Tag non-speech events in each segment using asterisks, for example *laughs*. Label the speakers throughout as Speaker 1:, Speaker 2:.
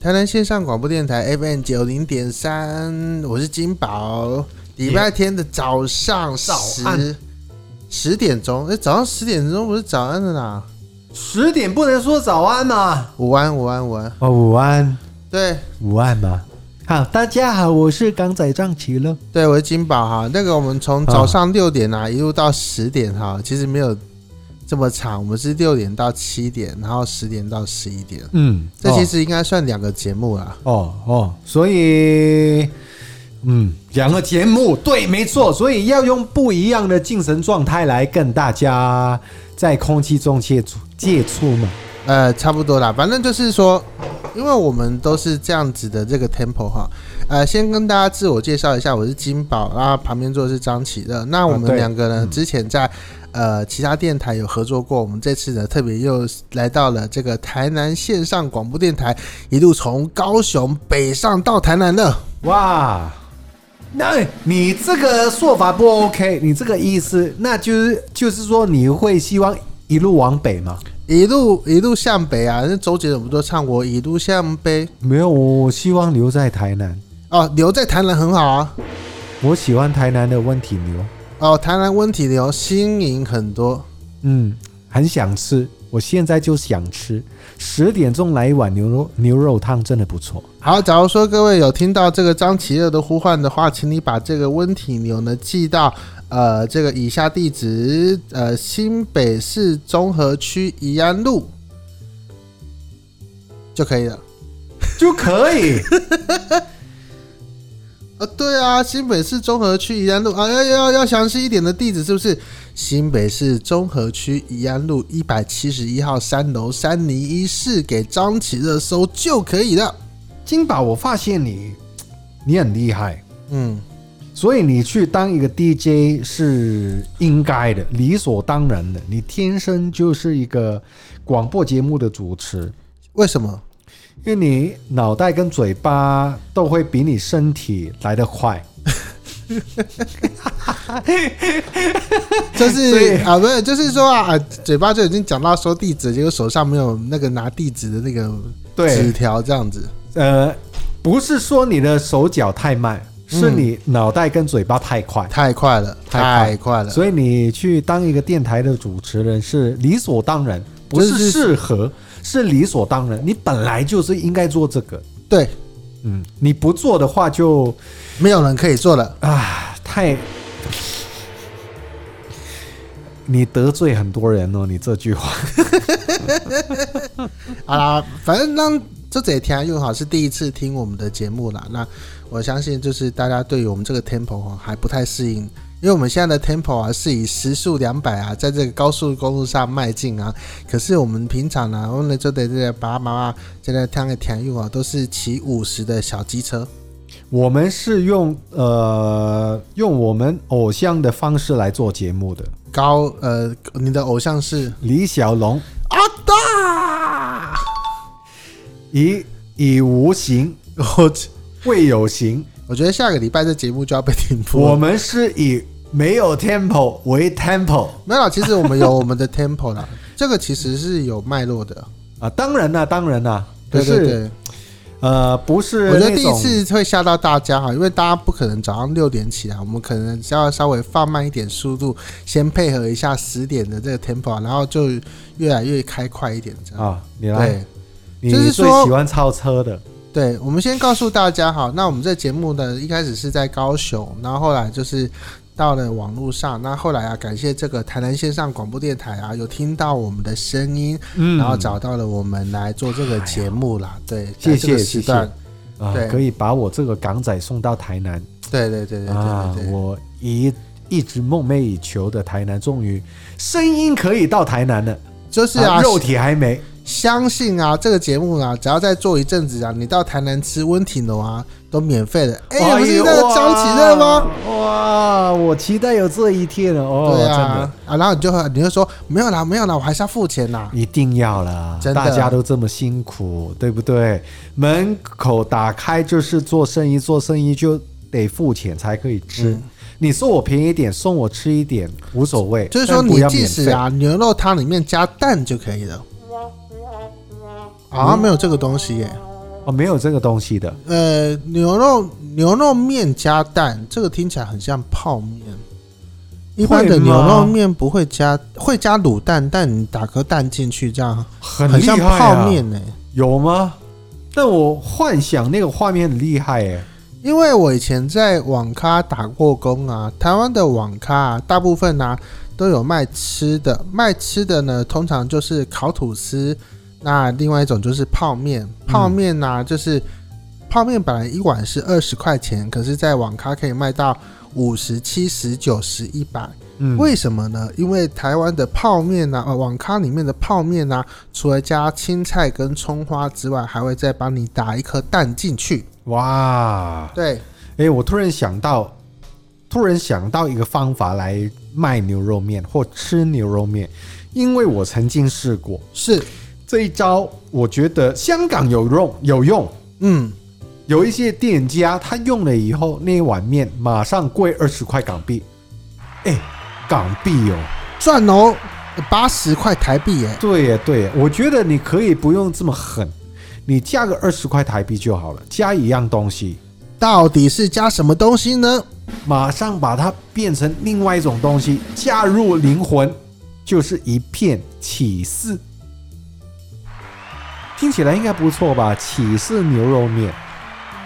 Speaker 1: 台南线上广播电台 FM 九零点三，我是金宝。礼拜天的早上
Speaker 2: 早
Speaker 1: 十
Speaker 2: 安
Speaker 1: 十点钟，哎、早上十点钟不是早安的啦？
Speaker 2: 十点不能说早安嘛？
Speaker 1: 午安，午安，午安。
Speaker 2: 哦，午安，
Speaker 1: 对
Speaker 2: 午安嘛。好，大家好，我是港仔张奇乐。
Speaker 1: 对，我是金宝哈。那个我们从早上六点啊一路到十点哈，其实没有这么长，我们是六点到七点，然后十点到十一点。
Speaker 2: 嗯，
Speaker 1: 这其实应该算两个节目啦。
Speaker 2: 哦哦哦，所以嗯，两个节目对，没错，所以要用不一样的精神状态来跟大家在空气中接触接触嘛。
Speaker 1: 呃，差不多啦，反正就是说，因为我们都是这样子的这个 tempo 哈。呃，先跟大家自我介绍一下，我是金宝，然后旁边坐的是张启乐。那我
Speaker 2: 啊
Speaker 1: 们
Speaker 2: 对
Speaker 1: 两个呢，嗯之前在呃其他电台有合作过，我们这次呢特别又来到了这个台南线上广播电台，一路从高雄北上到台南了。
Speaker 2: 哇，那你这个说法不 OK，你这个意思，那就是就是说你会希望一路往北吗？
Speaker 1: 一路一路向北啊，那周杰伦不都唱过“一路向北
Speaker 2: 没有，我希望留在台南，”
Speaker 1: 哦，留在台南很好啊，
Speaker 2: 我喜欢台南的温体牛，
Speaker 1: 哦，台南温体牛新颖很多，
Speaker 2: 嗯，很想吃，我现在就想吃。十点钟来一碗牛肉牛肉汤，真的不错。
Speaker 1: 好，假如说各位有听到这个张奇乐的呼唤的话，请你把这个温体牛呢寄到呃这个以下地址，呃新北市中和区宜安路就可以了。
Speaker 2: 就可 *laughs* 以。
Speaker 1: 啊，对啊，新北市中和区宜安路啊，要要要详细一点的地址是不是？新北市中和区宜安路一百七十一号三楼三零一室，给张奇乐收就可以了。
Speaker 2: 金宝，我发现你，你很厉害，
Speaker 1: 嗯，
Speaker 2: 所以你去当一个 DJ 是应该的，理所当然的。你天生就是一个广播节目的主持，
Speaker 1: 为什么？
Speaker 2: 因为你脑袋跟嘴巴都会比你身体来得快。 *laughs*
Speaker 1: 就
Speaker 2: 所以
Speaker 1: 是啊，不是，就是说啊，啊嘴巴就已经讲到说地址，结果手上没有那个拿地址的那个纸
Speaker 2: 对，
Speaker 1: 条，这样子。
Speaker 2: 呃，不是说你的手脚太慢，是你脑袋跟嘴巴太快。
Speaker 1: 太快了，
Speaker 2: 太快
Speaker 1: 太快了。
Speaker 2: 所以你去当一个电台的主持人是理所当然，不
Speaker 1: 就是是
Speaker 2: 适合，是理所当然。你本来就是应该做这个，
Speaker 1: 对，
Speaker 2: 嗯，你不做的话就
Speaker 1: 没有人可以做了。
Speaker 2: 啊太，你得罪很多人哦，你这句话。
Speaker 1: 好啦，反正让这几天又好是第一次听我们的节目啦。那我相信就是大家对于我们这个 tempo 哦还不太适应。因为我们现在的 tempo 啊是以时速两百啊，在这个高速公路上迈进啊，可是我们平常呢、我们就得这个爸爸妈妈在那听个田用啊，都是骑五十的小机车，
Speaker 2: 我们是用呃用我们偶像的方式来做节目的，
Speaker 1: 高呃，你的偶像是
Speaker 2: 李小龙
Speaker 1: 阿大，
Speaker 2: 以以无形
Speaker 1: *laughs* 我
Speaker 2: 为
Speaker 1: *laughs*
Speaker 2: 有形，
Speaker 1: 我觉得下个礼拜这节目就要被停播
Speaker 2: 我
Speaker 1: 了。
Speaker 2: 们是以没有 tempo 为 tempo
Speaker 1: 没有啦，其实我们有我们的 tempo 啦，这个其实是有脉络的。
Speaker 2: 啊，当然啦、当然啦、可
Speaker 1: 对
Speaker 2: 是
Speaker 1: 对对，
Speaker 2: 呃，不是
Speaker 1: 我觉得
Speaker 2: 那
Speaker 1: 第一
Speaker 2: 种
Speaker 1: 次会吓到大家哈，因为大家不可能早上六点起来，我们可能要稍微放慢一点速度，先配合一下十点的这个 tempo，啊然后就越来越开快一点这样。
Speaker 2: 啊，你来，
Speaker 1: 对
Speaker 2: 你
Speaker 1: 就是
Speaker 2: 最
Speaker 1: 说
Speaker 2: 喜欢超车的，
Speaker 1: 对，我们先告诉大家哈，那我们这节目呢，一开始是在高雄，然后后来就是到了网络上，那后来啊，感谢这个台南线上广播电台啊，有听到我们的声音，
Speaker 2: 嗯
Speaker 1: 然后找到了我们来做这个节目啦。对，
Speaker 2: 谢
Speaker 1: 在这个
Speaker 2: 谢
Speaker 1: 时段，
Speaker 2: 啊
Speaker 1: 对，
Speaker 2: 可以把我这个港仔送到台南
Speaker 1: 对对对对对
Speaker 2: 啊
Speaker 1: 对，对，
Speaker 2: 我一一直梦寐以求的台南，终于声音可以到台南了，
Speaker 1: 就是啊，
Speaker 2: 肉体还没，
Speaker 1: 相信啊，这个节目啊，只要再做一阵子啊，你到台南吃温体牛啊，都免费的。哎、
Speaker 2: 哇
Speaker 1: 不是
Speaker 2: 哟
Speaker 1: 那个张启乐吗？？
Speaker 2: 哇哇，我期待有这一天了哦，
Speaker 1: 对
Speaker 2: 真的
Speaker 1: 啊。，啊，然后你就会你就说没有啦，没有啦，我还是要付钱啦。
Speaker 2: 一定要啦
Speaker 1: 真，的
Speaker 2: 大家都这么辛苦，对不对？门口打开就是做生意，做生意就得付钱才可以吃。你说我便宜一点，送我吃一点无所谓，
Speaker 1: 嗯就是说
Speaker 2: 哎但不
Speaker 1: 你
Speaker 2: 要
Speaker 1: 即
Speaker 2: 免
Speaker 1: 使
Speaker 2: 费
Speaker 1: 啊牛肉汤里面加蛋就可以了。
Speaker 2: 嗯
Speaker 1: 啊，没有这个东西耶。
Speaker 2: 哦，没有这个东西的。
Speaker 1: 呃，牛肉牛肉面加蛋，这个听起来很像泡面。一般的
Speaker 2: 会吗
Speaker 1: 牛肉面不会加，会加卤蛋，但你打颗蛋进去，这样
Speaker 2: 很厉
Speaker 1: 像
Speaker 2: 害、啊、
Speaker 1: 泡面欸呢、
Speaker 2: 有吗？但我幻想那个画面很厉害哎、
Speaker 1: 因为我以前在网咖打过工啊，台湾的网咖、啊、大部分呢、啊、都有卖吃的，卖吃的呢通常就是烤吐司，那另外一种就是泡面，
Speaker 2: 嗯
Speaker 1: 泡面呢、就是泡面本来一碗是二十块钱，可是在网咖可以卖到五十、七十、九十、一百，
Speaker 2: 嗯，
Speaker 1: 为什么呢？因为台湾的泡面呢、啊，呃，网咖里面的泡面呢、啊，除了加青菜跟葱花之外，还会再帮你打一颗蛋进去，
Speaker 2: 哇，
Speaker 1: 对。
Speaker 2: 哎、我突然想到，突然想到一个方法来卖牛肉面或吃牛肉面，因为我曾经试过
Speaker 1: 是，
Speaker 2: 这一招，我觉得香港有用，有用。
Speaker 1: 嗯，
Speaker 2: 有一些店家他用了以后，那一碗面马上贵二十块港币，哎、港币哦。
Speaker 1: 赚哦，八十块台币耶。
Speaker 2: 对呀，对呀，我觉得你可以不用这么狠，你加个二十块台币就好了，加一样东西，
Speaker 1: 到底是加什么东西呢？
Speaker 2: 马上把它变成另外一种东西，加入灵魂，就是一片起司。听起来应该不错吧？起司牛肉面，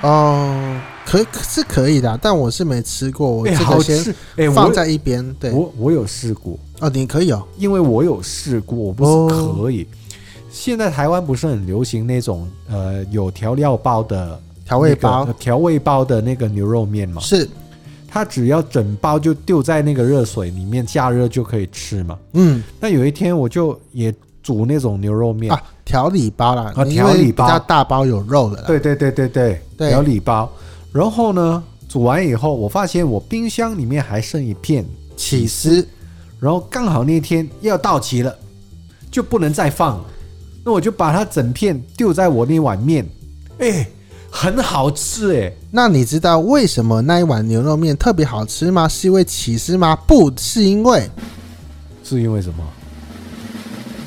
Speaker 1: 哎哦，可是可以的啊，但我是没吃过，我
Speaker 2: 哎、
Speaker 1: 这
Speaker 2: 好
Speaker 1: 个先
Speaker 2: 吃！哎、
Speaker 1: 放
Speaker 2: 我
Speaker 1: 在一边。对，
Speaker 2: 我我有试过，
Speaker 1: 哦，你可以哦。
Speaker 2: 因为我有试过，我不是
Speaker 1: 哦
Speaker 2: 可以。现在台湾不是很流行那种呃有调料包的
Speaker 1: 调味包、
Speaker 2: 那个呃调味包的那个牛肉面嘛，
Speaker 1: 是，
Speaker 2: 它只要整包就丢在那个热水里面加热就可以吃嘛。
Speaker 1: 嗯
Speaker 2: 那有一天我就也煮那种牛肉面，
Speaker 1: 啊，调理包啦，
Speaker 2: 嗯啊
Speaker 1: 因为
Speaker 2: 调理包
Speaker 1: 比较大包有肉的啦。
Speaker 2: 对对对对对，
Speaker 1: 对
Speaker 2: 调理包。然后呢，煮完以后，我发现我冰箱里面还剩一片，
Speaker 1: 起司
Speaker 2: 然后刚好那天要到期了，就不能再放了。那我就把它整片丢在我那碗面，哎，很好吃哎。
Speaker 1: 那你知道为什么那一碗牛肉面特别好吃吗？是因为起司吗？不是因为
Speaker 2: 是因为什么？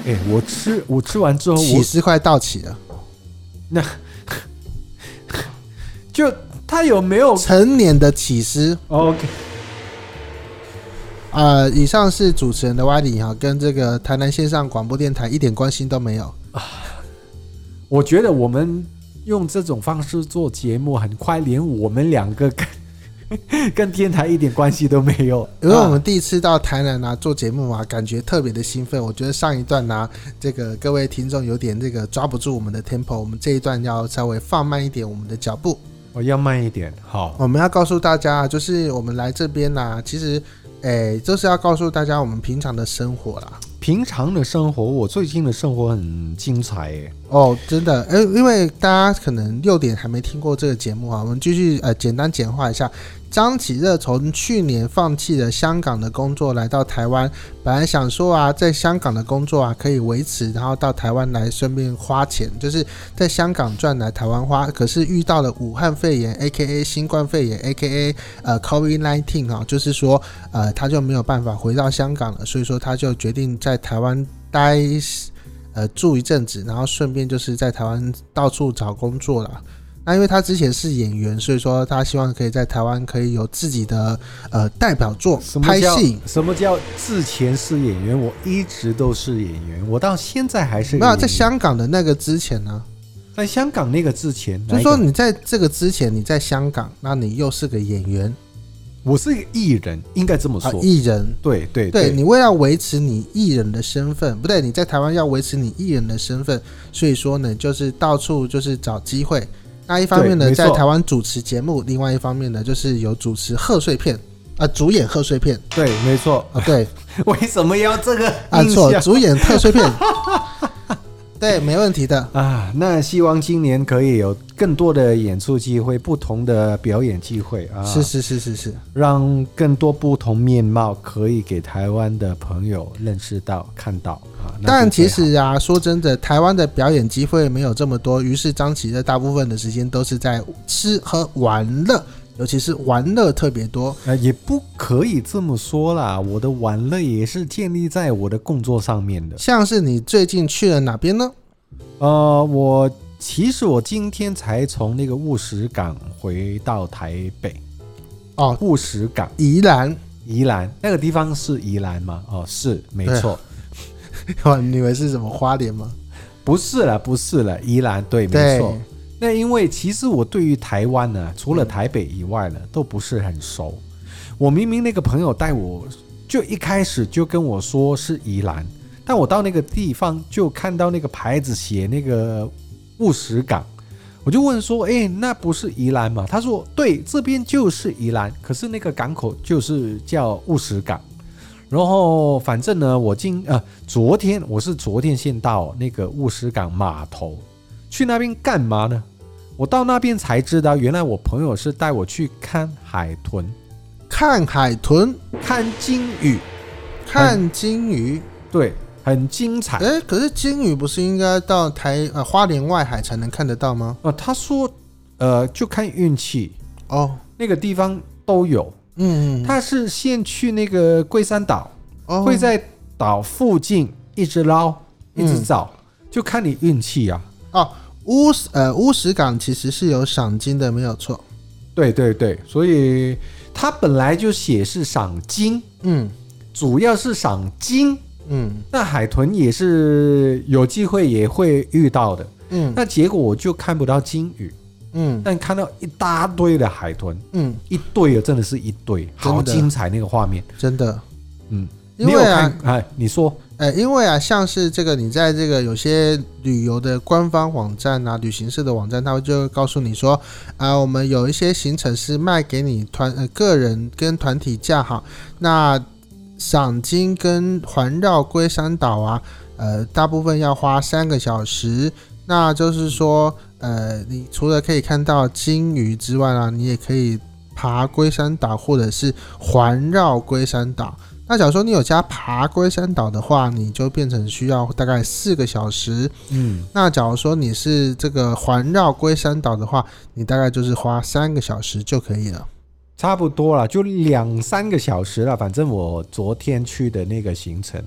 Speaker 2: 哎，我吃我吃完之后，
Speaker 1: 起
Speaker 2: 呃我
Speaker 1: 司快到期了，
Speaker 2: 那就他有没有
Speaker 1: 成年的起司。
Speaker 2: 哦？OK，
Speaker 1: 呃，以上是主持人的歪理哈，跟这个台南线上广播电台一点关系都没有。
Speaker 2: 我觉得我们用这种方式做节目，很快连我们两个跟跟 *laughs* 天台一点关系都没有。
Speaker 1: 因为我们
Speaker 2: 啊
Speaker 1: 第一次到台南啊做节目啊，感觉特别的兴奋。我觉得上一段啊，这个各位听众有点这个抓不住我们的 tempo，我们这一段要稍微放慢一点我们的脚步。
Speaker 2: 我要慢一点，好，
Speaker 1: 我们要告诉大家啊，就是我们来这边呐、其实，诶，就是要告诉大家我们平常的生活啦。
Speaker 2: 平常的生活，我最近的生活很精彩诶。
Speaker 1: 哦，真的，哎，因为大家可能六点还没听过这个节目啊，我们继续呃简单简化一下。张起热从去年放弃了香港的工作，来到台湾，本来想说啊，在香港的工作啊可以维持，然后到台湾来顺便花钱，就是在香港赚来台湾花。可是遇到了武汉肺炎 （A.K.A. 新冠肺炎 （A.K.A. 呃 COVID-19） 啊，就是说呃他就没有办法回到香港了，所以说他就决定在台湾待呃住一阵子，然后顺便就是在台湾到处找工作啦。那因为他之前是演员，所以说他希望可以在台湾可以有自己的呃代表作
Speaker 2: 什，么
Speaker 1: 拍
Speaker 2: 叫
Speaker 1: 戏。
Speaker 2: 什么叫之前是演员？我一直都是演员，我到现在还是
Speaker 1: 没有啊
Speaker 2: 演员
Speaker 1: 在香港的那个之前呢、
Speaker 2: 在香港那个之前，
Speaker 1: 就
Speaker 2: 哪
Speaker 1: 是
Speaker 2: 一个
Speaker 1: 说你在这个之前你在香港，那你又是个演员
Speaker 2: 我是一个艺人，应该这么
Speaker 1: 啊
Speaker 2: 说。
Speaker 1: 艺人，
Speaker 2: 对对
Speaker 1: 对你为了维持你艺人的身份，不对，你在台湾要维持你艺人的身份，所以说呢，就是到处就是找机会。那一方面
Speaker 2: 对
Speaker 1: 呢，
Speaker 2: 没错
Speaker 1: 在台湾主持节目，另外一方面呢，就是有主持贺岁片啊、主演贺岁片
Speaker 2: 对，没错。 *laughs*
Speaker 1: 啊，对
Speaker 2: 为什么要这个
Speaker 1: 啊，
Speaker 2: 印
Speaker 1: 错，
Speaker 2: 象 *laughs*
Speaker 1: 主演贺岁片， *laughs* 对，没问题的。
Speaker 2: 啊？那希望今年可以有更多的演出机会，不同的表演机会啊，
Speaker 1: 是是是是是，
Speaker 2: 让更多不同面貌可以给台湾的朋友认识到、看到啊。那
Speaker 1: 但
Speaker 2: 就最
Speaker 1: 其
Speaker 2: 好
Speaker 1: 实啊，说真的，台湾的表演机会没有这么多，于是张起乐大部分的时间都是在吃喝玩乐尤其是玩乐特别多。
Speaker 2: 呃，也不可以这么说啦。我的玩乐也是建立在我的工作上面的。
Speaker 1: 像是你最近去了哪边呢？
Speaker 2: 呃，我其实我今天才从那个务实港回到台北。
Speaker 1: 哦，
Speaker 2: 务实港，
Speaker 1: 宜兰， *laughs*
Speaker 2: 宜兰那个地方是宜兰吗？哦，是，没
Speaker 1: 对
Speaker 2: 错，
Speaker 1: 哇你以为是什么花莲吗？
Speaker 2: 不是了，不是了，宜兰，对，没
Speaker 1: 对
Speaker 2: 错。那因为其实我对于台湾呢，除了台北以外呢，都不是很熟。我明明那个朋友带我，就一开始就跟我说是宜兰，但我到那个地方就看到那个牌子写那个务实港，我就问说：“诶，那不是宜兰吗？”他说：“对，这边就是宜兰，可是那个港口就是叫务实港。”然后反正呢，我今呃昨天我是昨天先到那个务实港码头，去那边干嘛呢？我到那边才知道，原来我朋友是带我去看海豚、
Speaker 1: 看海豚，
Speaker 2: 看鲸鱼，
Speaker 1: 看金鱼。
Speaker 2: 对，很精彩。
Speaker 1: 哎、可是金鱼不是应该到台呃花莲外海才能看得到吗？
Speaker 2: 呃，他说，呃，就看运气，
Speaker 1: 哦，
Speaker 2: 那个地方都有。
Speaker 1: 嗯，
Speaker 2: 他是先去那个龟山岛，
Speaker 1: 哦
Speaker 2: 会在岛附近一直捞，一直
Speaker 1: 嗯
Speaker 2: 找，就看你运气啊。
Speaker 1: 哦乌呃乌石港其实是有赏金的，没有错。
Speaker 2: 对对对，所以他本来就写是赏金，
Speaker 1: 嗯
Speaker 2: 主要是赏金。
Speaker 1: 嗯
Speaker 2: 那海豚也是有机会也会遇到的。
Speaker 1: 嗯
Speaker 2: 那结果我就看不到金鱼，
Speaker 1: 嗯
Speaker 2: 但看到一大堆的海豚，
Speaker 1: 嗯，
Speaker 2: 一堆啊，真的是一堆，好
Speaker 1: 真的
Speaker 2: 精彩那个画面。
Speaker 1: 真的，
Speaker 2: 嗯，
Speaker 1: 因
Speaker 2: 你有
Speaker 1: 为啊
Speaker 2: 看，哎，你说，
Speaker 1: 呃，因为啊，像是这个，你在这个有些旅游的官方网站啊、旅行社的网站，它会就会告诉你说，啊、我们有一些行程是卖给你团呃个人跟团体价哈，那赏金跟环绕龟山岛啊，呃，大部分要花三个小时，那就是说，呃，你除了可以看到金鱼之外啊，你也可以爬龟山岛或者是环绕龟山岛。那假如说你有加爬龟山岛的话，你就变成需要大概四个小时。
Speaker 2: 嗯，
Speaker 1: 那假如说你是这个环绕龟山岛的话，你大概就是花三个小时就可以了。
Speaker 2: 差不多了，就两三个小时了。反正我昨天去的那个行程，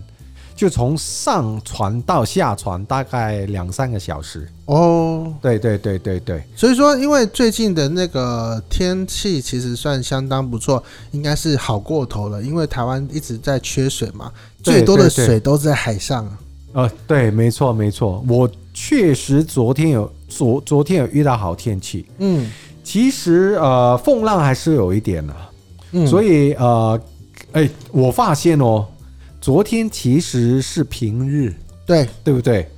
Speaker 2: 就从上船到下船大概两三个小时。
Speaker 1: 哦，
Speaker 2: 对对对对对，
Speaker 1: 所以说，因为最近的那个天气其实算相当不错，应该是好过头了，因为台湾一直在缺水嘛，
Speaker 2: 对
Speaker 1: 最多的
Speaker 2: 对对
Speaker 1: 水都在海上啊。
Speaker 2: 呃，对，没错没错，我确实昨天有昨昨天有遇到好天气。
Speaker 1: 嗯
Speaker 2: 其实呃，风浪还是有一点啊的、
Speaker 1: 嗯，
Speaker 2: 所
Speaker 1: 以
Speaker 2: 以呃，哎，我发现哦，昨天其实是平日，
Speaker 1: 对
Speaker 2: 对不对？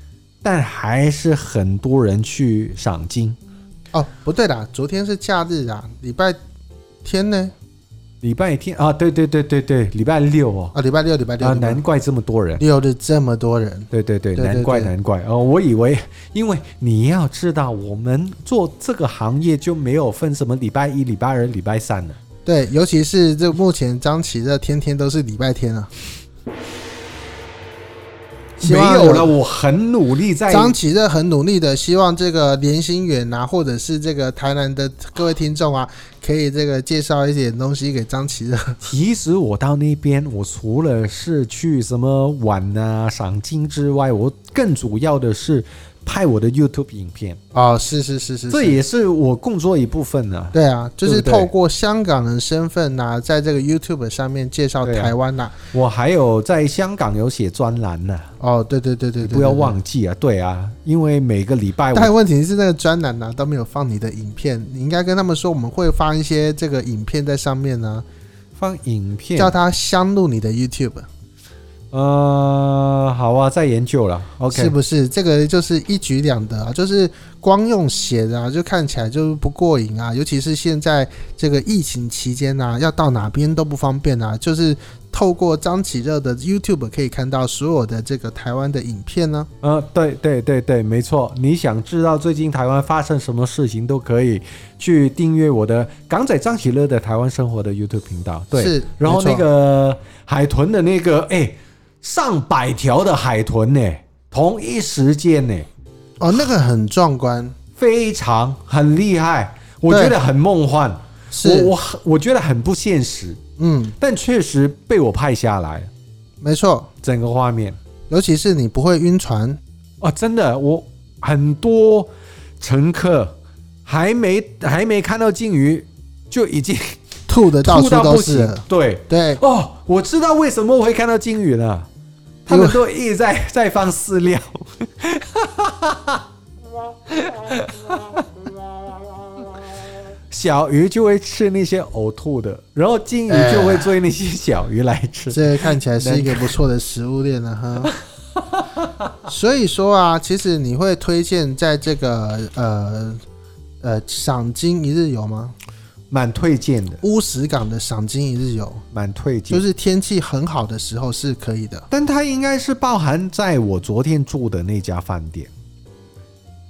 Speaker 2: 但还是很多人去赏金。
Speaker 1: 哦，不对啦，昨天是假日啊，礼拜天呢？
Speaker 2: 礼拜天啊，对对对对对，礼拜六哦，
Speaker 1: 啊，礼拜六，礼拜六，
Speaker 2: 啊，
Speaker 1: 礼拜
Speaker 2: 难怪这么多
Speaker 1: *laughs*
Speaker 2: 人。
Speaker 1: 六日这么多人。
Speaker 2: 对对对，
Speaker 1: 对对
Speaker 2: 难怪
Speaker 1: 对
Speaker 2: 难怪哦！我以为，因为你要知道，我们做这个行业就没有分什么礼拜一、礼拜二、礼拜三的。
Speaker 1: 对，尤其是这目前张琪这天天都是礼拜天啊，希
Speaker 2: *laughs* 没
Speaker 1: 望
Speaker 2: 有了，。我很努力在
Speaker 1: 张琪这很努力的，希望这个连心远啊，或者是这个台南的各位听众啊，可以这个介绍一点东西给张琪
Speaker 2: *laughs*
Speaker 1: 的。
Speaker 2: 其实我到那边，我除了是去什么玩啊、赏金之外，我更主要的是拍我的 YouTube 影片，
Speaker 1: 哦，是是是是，
Speaker 2: 这
Speaker 1: 是
Speaker 2: 也是我工作一部分呢、
Speaker 1: 对啊，就是
Speaker 2: 对不对
Speaker 1: 透过香港人身份呐、在这个 YouTube 上面介绍
Speaker 2: 对啊
Speaker 1: 台湾呐、
Speaker 2: 我还有在香港有写专栏呢、
Speaker 1: 哦，对对对对对，
Speaker 2: 不要
Speaker 1: 对。
Speaker 2: 忘记啊，对啊，因为每个礼哎拜我
Speaker 1: 但问题是那个专栏呐、都没有放你的影片，你应该跟他们说我们会放一些这个影片在上面呢、
Speaker 2: 放影片
Speaker 1: 叫，他相入你的 YouTube，
Speaker 2: 呃，好啊，再研究了。
Speaker 1: 是
Speaker 2: OK，
Speaker 1: 不是？这个就是一举两得啊，就是光用写的啊，就看起来就是不过瘾啊。尤其是现在这个疫情期间呢、啊，要到哪边都不方便啊。就是透过张启热的 YouTube 可以看到所有的这个台湾的影片呢、
Speaker 2: 呃，对对对对，没错。你想知道最近台湾发生什么事情，都可以去订阅我的港仔张喜乐的台湾生活的 YouTube 频道。对，
Speaker 1: 是。
Speaker 2: 然后
Speaker 1: 没错
Speaker 2: 那个海豚的那个，哎，上百条的海豚呢，同一时间呢，
Speaker 1: 哦，那个很壮观，
Speaker 2: 非常很厉害，我觉
Speaker 1: 对
Speaker 2: 得很梦幻。
Speaker 1: 是
Speaker 2: 我我我觉得很不现实，
Speaker 1: 嗯，
Speaker 2: 但确实被我拍下来
Speaker 1: 没错，
Speaker 2: 整个画面
Speaker 1: 尤其是你不会晕船，
Speaker 2: 哦，真的，我很多乘客还没还没看到鲸鱼就已经
Speaker 1: 吐的到处
Speaker 2: 吐到
Speaker 1: 都
Speaker 2: 不
Speaker 1: 是
Speaker 2: 行
Speaker 1: 了，，
Speaker 2: 对，
Speaker 1: 对，
Speaker 2: 哦，我知道为什么我会看到金鱼了，他们都一直在在放饲料。小鱼就会吃那些呕吐的，然后金鱼就
Speaker 1: 哎
Speaker 2: 会追那些小鱼来吃。
Speaker 1: 这看起来是一个不错的食物链了哈。所以说啊，其实你会推荐在这个呃呃赏金一日游吗？
Speaker 2: 蛮推荐的，
Speaker 1: 乌石港的赏金一日游，
Speaker 2: 蛮推荐。
Speaker 1: 就
Speaker 2: 就是，
Speaker 1: 是天气很好的时候是可以的。
Speaker 2: 但它应该是包含在我昨天住的那家饭店，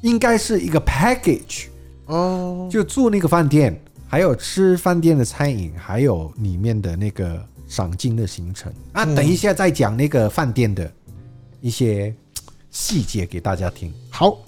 Speaker 2: 应该是一个 package。
Speaker 1: 哦，
Speaker 2: 就住那个饭店，还有吃饭店的餐饮，还有里面的那个赏金的行程啊。
Speaker 1: 嗯
Speaker 2: 等一下再讲那个饭店的一些嘖细节给大家听。
Speaker 1: 好，